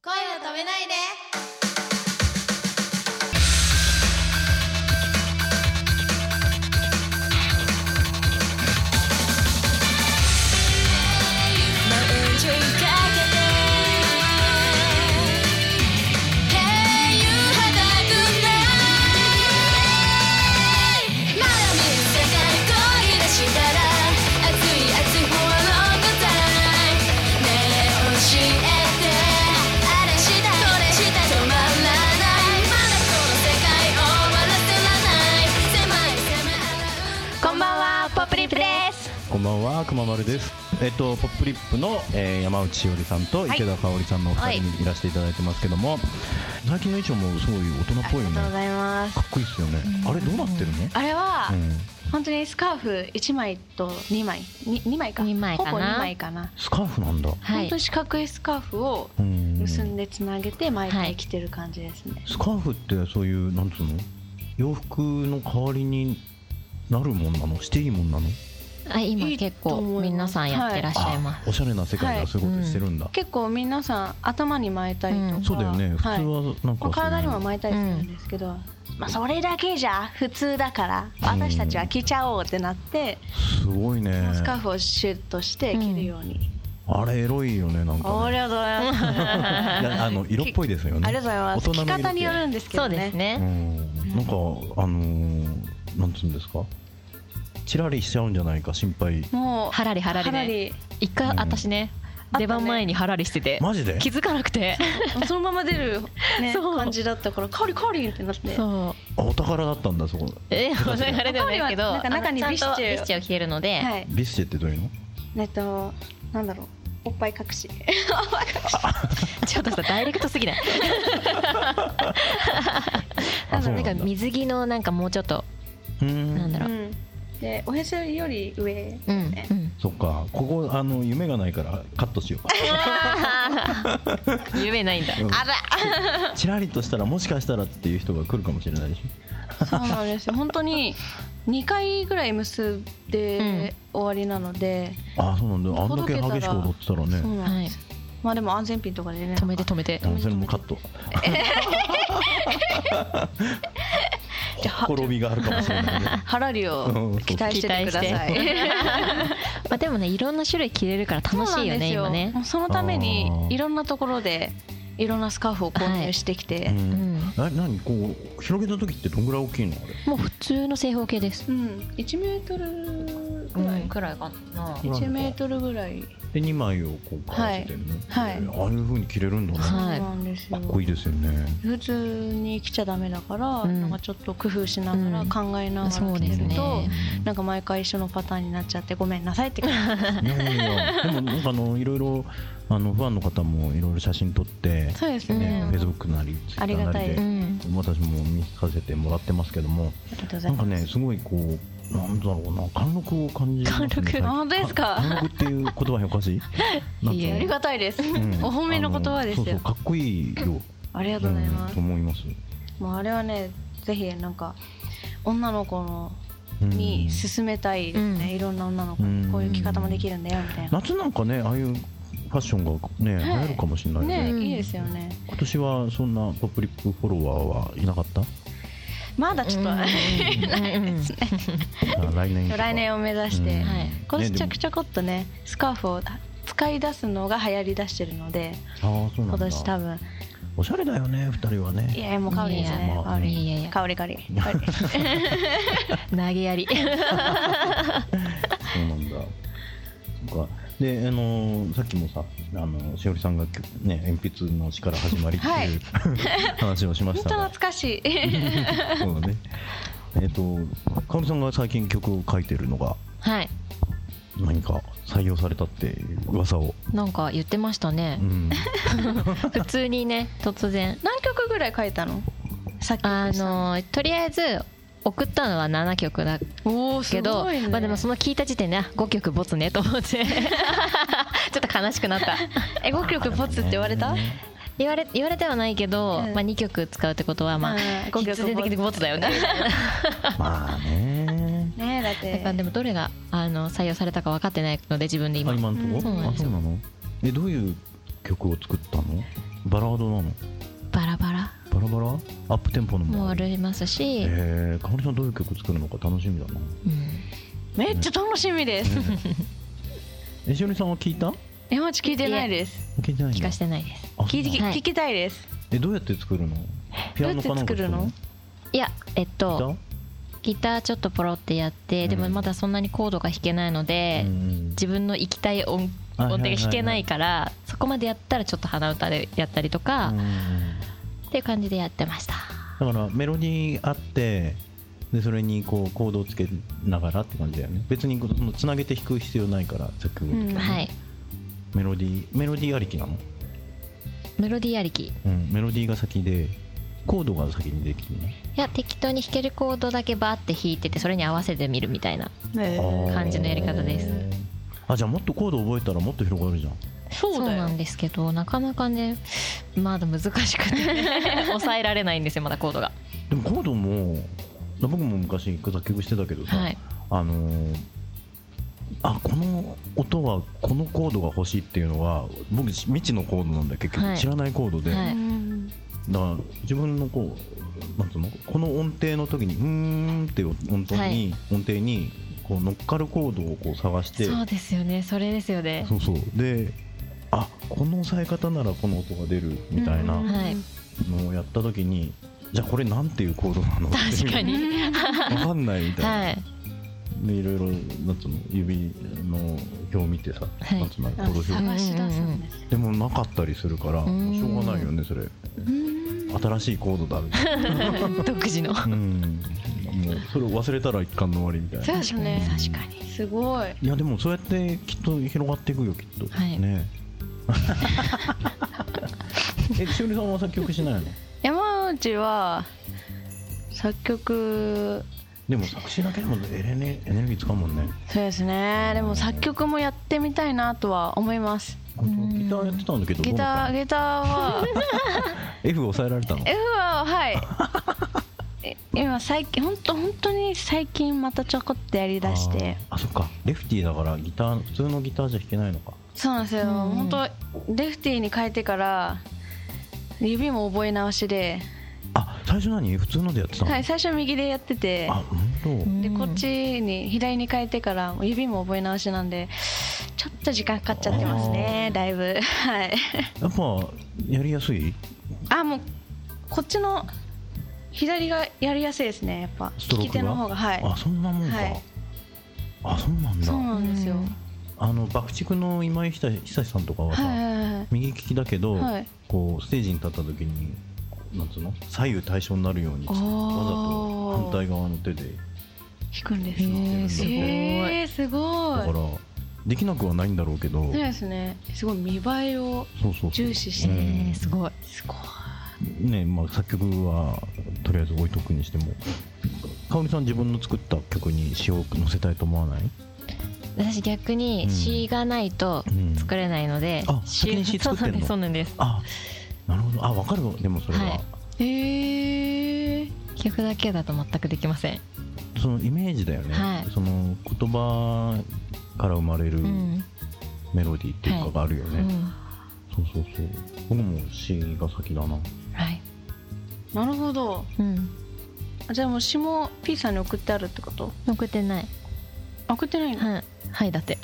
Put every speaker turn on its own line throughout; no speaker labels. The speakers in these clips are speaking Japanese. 声を止めないで
まだ見せたい恋出したら熱い熱いフォローのタイねえ教えてあれしたこれした止まらないまだこの世界終わらせらない狭い狭い
こんばんはポップリップです
こんばんは、くままるです。えっと、ポップリップの、えー山内しおりさんと池田香織さんのお二人にいらしていただいてますけども、最近の衣装もすごい大人っぽいよね。
ありがとうご
か
ざいます
っこいいっすよね。あれどうなってるの？
あれは、
うん
本当にスカーフ一枚と二枚に二枚か
二枚かな
ほぼ二枚かな、
スカーフなんだ。
はい
本当に四角いスカーフを
うん
結んでつなげて毎
は
回
い
着てる感じですね、
スカーフってそういうなんつうの？洋服の代わりになるもんなの？していいもんなの？
あ今
いい
結
と
構
思いま
皆
す
さんやってらっしゃいます
あおしゃれな世界
は
が
い
そういうことしてるんだ。
結構皆さん頭に巻いたりとか、
うん
そうだよね。普通
はい
はなん
ま
か
あ、体にも巻いたりする
うん
んですけど、まあ、それだけじゃ普通だから私たちは着ちゃおうってなって、
すごいね
もう。スカーフをシュッとして着るように、
あれエロいよねなんかね。
ありがとうござい ます
い やあの色っぽいですよね。
ありがとうございます
大
着
人の色気
方によるんですけ
そう
どね
です
う
ね
んなんかあのー、なんつうんですかチラリしちゃうんじゃないか心配
もう
ハラリハラリね一回
うん
私ね
あった
出
ね
番前にハラリしてて
マジで
気づかなくて
ハラリそのまま出る、 ね、
そう
感じだったからカーリカーリンってなって
そう
あお宝だったんだそこ
えお流れではないけど
わかるわなんか中に
あのちゃんと
ビスチ
ビ
ュー
スチューを着てるので
はい
ビスチェってどういうの
えっとなんだろうおっぱい隠し
ちょっとさダイレクトすぎない
あそう
な
なんん
か
だ
水着のなんかもうちょっと
うん
なんだ
う
ろうん
でおへそより上
うん
ね
うん
そっかここあの夢がないからカットしよう
夢ないんだ
うんチラリとしたらもしかしたらっていう人が来るかもしれないし
そうなんですよ本当に2回ぐらい結んで終わりなので、
あそうなんだあんだ
届
け
けたら
激しく踊ってたら
そう
ね
なん
は
で
い
す、まあでも安全ピンとかでね
止めて止めて
うんそれもカットほころびがあるかもしれないね
ハラリ
う
を
ん
期待しててください。
まあでもねいろんな種類着れるから楽しいよね今
そうなんですよ
ね
もうそのために
あー
いろんなところでいろんなスカーフを購入してきて、
うん
うん
な何こう広げた時ってどんぐらい大きいのあれ
もう普通の正方形です
うん、1メートルぐらい、
くらいかな
1メートルぐらい、
で2枚をこう合わせてるの、
はいはい
えーああいう風に切れるんだね、
はい
そうなんです
か
よ
っこいいですよね
普通に来ちゃダメだから、
うん
なんかちょっと工夫しなが
う
ら
ん
考えながら
そう
来
で
て
す
る
ね
と、なんか毎回一緒のパターンになっちゃってごめんなさいって 感じ
いやいやいやでもなんかあのいろいろあのファンの方もいろいろ写真撮って、
そうですね
ね、
あ
フェ
り
イスブックなりツイッタ
あり
ーな
がたい
り
で、
で す
うん
私も見させてもらってますけども
がとうござ
ないんか
ます
ねすごいこうなんだろうな貫禄を感じますね
貫禄
最近
本当ですか
貫禄っていう言葉にお かしいなんて
いえ
うの
ありがたいです、
うん
お褒めの言葉ですよ
あのそうそうかっこいいよ
あり
あ
がとうございます、
と思います、
もうあれはねぜひなんか女の子の
うん
に勧めたいです
う
ね、
ん
いろんな女の子にこういう着方もできるんだよみたいな、
夏なんかねああいうファッションがね、
い
流行るかもしれないよね
ね、
うん
いいですよね
今年はそんなポップリップフォロワーはいな かった
まだちょっと、
あ来 年
来年
を
を目指して、
はい
今年ちょく
ち
ちょこっとねスカーフを使い出すのが流行り出してるので
ゃあそうな
今
んだ
年多分
おしゃれだよね二人はいね
やいやもう香りです
いや
ね
まあ
香り
いやいや
香り香 り香
投
り
げやり
そうなんだそっかであのーさっきもさあのしおりさんがね鉛筆の力始まりっていう、
はい
話をしま
本
し
当
たが
懐かしい
そうだねえっ、とかおりさんが最近曲を書いてるのが
はい
何か採用されたっていう噂を、
なんか言ってましたね
うん、
普通にね突然
何曲ぐらい書いたのさっき
あのとりあえず送ったのは7曲だ
おお
け
す
ど、
ごいね、
まあでもその聞いた時点であ5曲ボツねと思ってちょ っと悲しくなった
え5曲ポツって言われた
言われ言われてはないけど、
うん
まあ、2曲使うってことはまあ
うん5曲
必然的にボツだよね
まあ ね
ねえだっ
だ から
て
でもどれがあの採用されたか分かってないので自分で今
あ今のとこ、
うん
そうなん
あ
です
そう
よ
なのえどういう曲を作ったのバラードなの
バラバラ
バラバラアップテンポの
も
あ
あ
る
りますし、
えー、かおりさんどういう曲作るのか楽しみだな、
うん
めっちゃ楽しみです。
えしおりさんは聞いた
え、まち聞いてないです。
聞いてないん
聞
だ
かしてないです
あ
聞いて
そう
き
なの
はい
聞きたいです。
えどうやって作るのピアノかなんか
どうやって
いやえっ
作る
と
の
ギターちょっとポロってやって、で
う
も
ん
まだそんなにコードが弾けないの
ギター
で、
うん
自分の行きたい音
あ
音程が弾けな
はいはいはい
いから、そこまでやったらちょっと鼻歌でやったりとか、
うん
っていう感じでやってました
だからメロディーあってでそれにこうコードをつけながらって感じだよね別にこうそのつなげて弾く必要ないから作曲、
うん
はい
メロディーメロディーありきなの、
メロディーありきい
うん、メロディーが先でコードが先にできるね
や適当に弾けるコードだけバーって弾いててそれに合わせてみるみたいな
ね
あー
感じのやり方です
あじゃあもっとコード覚えたらもっと広がるじゃん
そうだ
な
よ
ん。ですけどなかなかねまだ難しくて抑えられないんですよまだコードが
でもコードも僕も昔作曲してたけど さ、
はい
あのーあこの音はこのコードが欲しいっていうのは僕未知のコードなんだ結局、
はい
知らないコードで、
はい
うん
だから自分のこうなんつうのこの音程の時に「うーん」っていう音程に、
はい
音程にこう乗っかるコードをこう探して
そうですよねそれですよね
そうそうであこの押さえ方ならこの音が出るみたいな
うんはい
のをやった時に、じゃあこれなんていうコードなのって
確か
いう
に
分かんないみたいな、
はい
でいろいろなんつうの指の表を見てさ、
はい
なんつうのコード
探
表
し出すんです。
でもなかったりするから
う
も
ん
うしょうがないよねそれ新しいコードだみたい な
独自の
うんもうそれを忘れたら一巻の終わりみたいな
そうですね。
確か
に。すごい。
いやでもそうやってきっと広がっていくよきっと、
はい
ねえしおりさんは作曲 しないの
山内は作曲
でも作詞だけでもエネエネルギー使うもんね
そうですねでも作曲もやってみたいなとは思います
本当
うん
ギターやってたんだけど
ギター
どうだっ
ギターは
たの F 抑えられたの
F ははい え今最近本当本当に最近またちょこっとやりだして
あーあそっかレフティーだからギター普通のギターじゃ弾けないのか
そうなんですよ、
うん
本当レフティーに変えてから指も覚え直しで、
あ最初何普通のでやってたの、
はい、最初右でやってて
あ本当、
で
うん
こっちに左に変えてから指も覚え直しなんでちょっと時間かかっちゃってますねだいぶはい
やっぱやりやすい
あもうこっちの左がやりやすいですねやっぱ
ストロー
利き
クが
手の方がはい
あそんなもんか、
はい
あそうなんだ
そうなんですよ
うん
あの爆竹の今井久志さんとかはさ、
は
右利きだけど、
いはいはいはい
こうステージに立った時になんつうの左右対称になるようにわ
お
ざ
ー
と反対側の手で
弾くんです
へ
よ
ーすごい
えー、すご
だ
い
からできなくはないんだろうけど、
そうですねすごい見栄えを
そうそうそう
重視して
うん
えーすごい
すごい
ねまあ、作曲はとりあえず置いとくにしてもかおりさん自分の作った曲に詞を載せたいと思わない、
私逆
うん
に詩がないと
うん
作れないので、
あ先に詩作ってんの
そうなんです
あなるほどあ分かるわでもそれは、
はい
え
そう
ー、
なんです曲だけだと全くできません
そのイメージだよね、
はい
その言葉から生まれる
うん、
メロディーっていうかがあるよね、
うん
そうそうそう僕も詩が先だな
はい
なるほど
うん
あじゃあもう詩も P さんに送ってあるってこと
送ってない
送ってないの
はい、はい、だって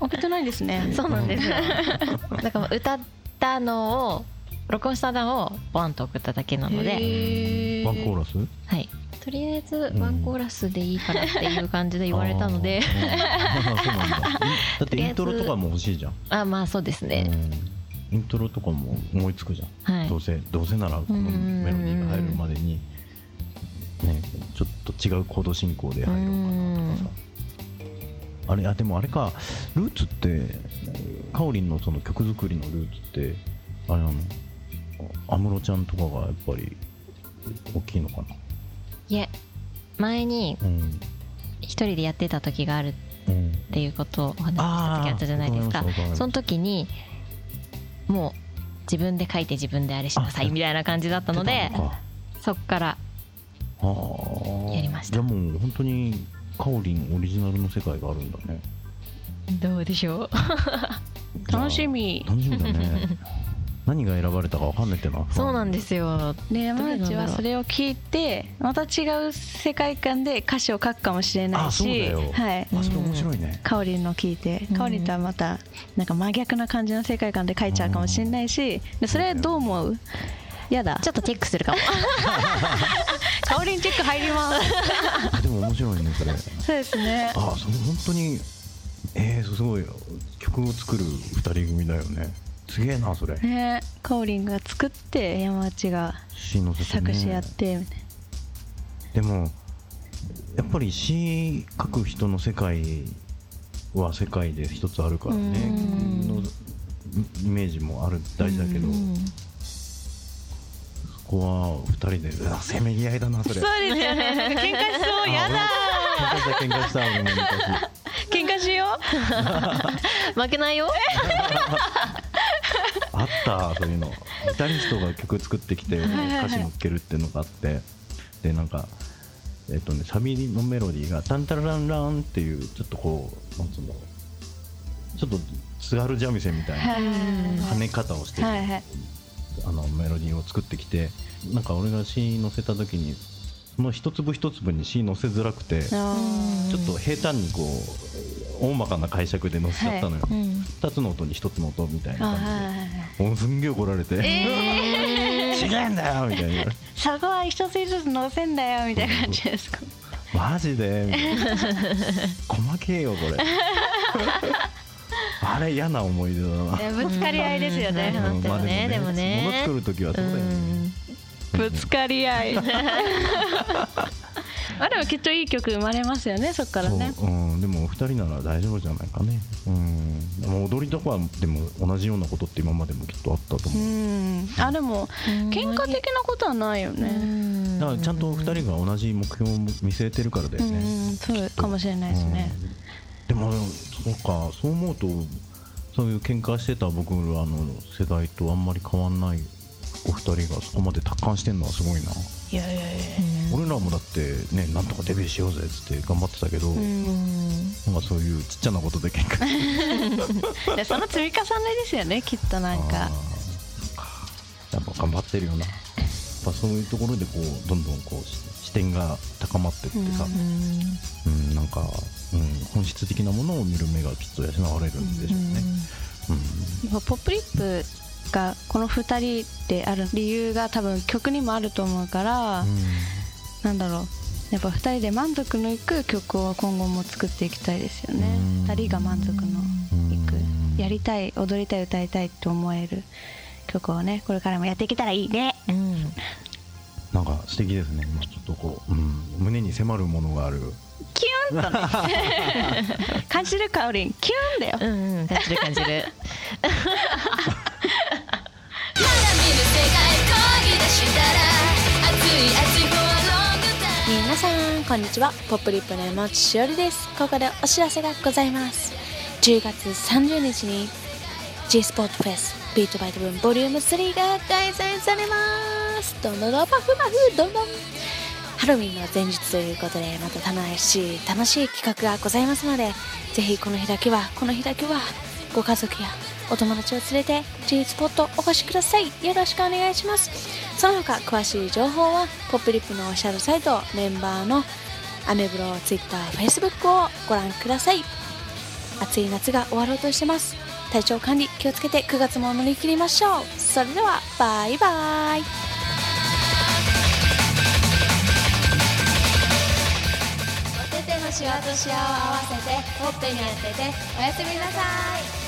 送ってないです ね
そうなん ですよだから歌ったのを録音したのをボンと送っただけなの
へ
で、
ー
ワンコーラス
はい、とりあえずワンコーラスでいいからっていう感じで言われたの で、
あーうんそう なんだだっ
と
て
りあえず
イントロとかも欲しいじゃん、
あまあそうですね、
うんイントロとかも思いつくじゃん、
はい
どうせどうせならこのメロディーが入るまでに、ね、ちょっと違うコード進行で入ろうかなとかさあれあでもあれかルーツってかおりんのその曲作りのルーツってあれなの安室ちゃんとかがやっぱり大きいのかな、
いえ前に
うん
一人でやってた時があるっ
うん、
ていうことをお話しした時あったじゃないです
あ
か
ーわかりましたわかりました
その時にもう自分で書いて自分であれしなさいみたいな感じだったので
出たか
そっから
ああ
やりました
じゃあもう本当にかおりんオリジナルの世界があるんだね
どうでしょう
楽しみ
楽しみだね何が選ばれたかわかんないってな
そうなん
で
ですよ
で
ど
山
れなんだろう
内はそれを聞いてまた違う世界観で歌詞を書くかもしれな
あ
い
そうだ
し
よ
はい
あそれ面白いね
かおりんの聞いて
うん
かおりんとはまたなんか真逆な感じの世界観で書いちゃうかもしれないしでそれどう思うやだ
ちょっとチェックするかも
かおりんチェック入ります
あでも面白いねそれ
そうですね
あその本当にえー、すごい曲を作る二人組だよねすげえなそれ
ねかおりんが作って山内が
詩の説
作
ね
詞やってみたいな
でもやっぱり詩書く人の世界は世界で一つあるからね
うん
のイメージもある大事だけど
うん
そこは二人でうわせめぎ合いだなそれ
そうですよねなんか喧嘩しそうやだ
あ俺も喧嘩した喧嘩した俺も昔
喧嘩しよ
負けないよ
あったそういうのギタリストが曲作ってきて
いはい
歌詞乗っけるっていうのがあってでなんかえっとねサビのメロディーが「タンタラランラン」っていうちょっとこうなんつうんだろうちょっと津軽三味線みたいうな
はい
跳ね方をしてる
はいはい
あのメロディーを作ってきてなんか俺が詞乗せた時にその一粒一粒に詞乗せづらくてちょ
あー
っと平坦にこう大まかな解釈で乗せちゃったのよ、
う
二
ん
2つの音に1つの音みたいな
あ
感じで。
はいはいはい
もうすんげえ怒られて、
え
違うんだよみたいな
そこは一つ一つ乗せんだよみたいな感じですか
マジでみたいな細けえよこれあれ嫌な思い出だな
えぶつかり合いですよね
うん
まあ
ねでもね
物作る時はそううだよね
ん
ぶつかり合いあでもきっといい曲生まれますよねそっから
そう
ね
うん、でもお二人なら大丈夫じゃないかね、うん、でも踊りとかでも同じようなことって今までもきっとあったと
う
思う、
んあでも喧嘩的なことはないよね
だからちゃんとお二人が同じ目標を見据えてるからだ
う
よね、
んそうかもしれないですね
うん、でもそうかそう思うとそういう喧嘩してた僕らの世代とあんまり変わんないお二人がそこまで達観してんのはすごいな、
いやいやいや
俺らもだってねなんとかデビューしようぜっつって頑張ってたけど、
うん
なんかそういうちっちゃなことで喧嘩して
でその積み重ねですよねきっとなんか
やっぱ頑張ってるよなやっぱそういうところでこうどんどんこうし視点が高まってってさ、うんなんか、うん、本質的なものを見る目がきっと養われるんでしょうね。うん
やっぱポップリップがこの2人である理由が多分曲にもあると思うから、なんだろうやっぱ2人で満足のいく曲を今後も作っていきたいですよね
うん
2人が満足のいく
うん
やりたい踊りたい歌いたいと思える曲をねこれからもやっていけたらいいね
うん
なんか素敵ですね。今ちょっとこう、うん、胸に迫るものがある。
キュンとね 感じるかおりんキュンだよ
うんうん感じる感じ
ま
る
だ見ぬ世界漕ぎ出したら熱い熱いフォーロングタイム
皆さんこんにちはポップリップの山内しおりですここでお知らせがございます10月30日に G スポーツフェスビートバイトブームボリューム3が開催されますどんどんどんパフパフどんどんハロウィンの前日ということでまた楽しい楽しい企画がございますのでぜひこの日だけはこの日だけはご家族やお友達を連れて G スポットお越しくださいよろしくお願いしますその他詳しい情報はポップリップのオフィシャルサイトメンバーのアメブロ TwitterFacebook をご覧ください暑い夏が終わろうとしてます体調管理気をつけて9月も乗り切りましょうそれではバイバイ
お手手のシワとシワを合わせてほっぺに当てておやすみなさい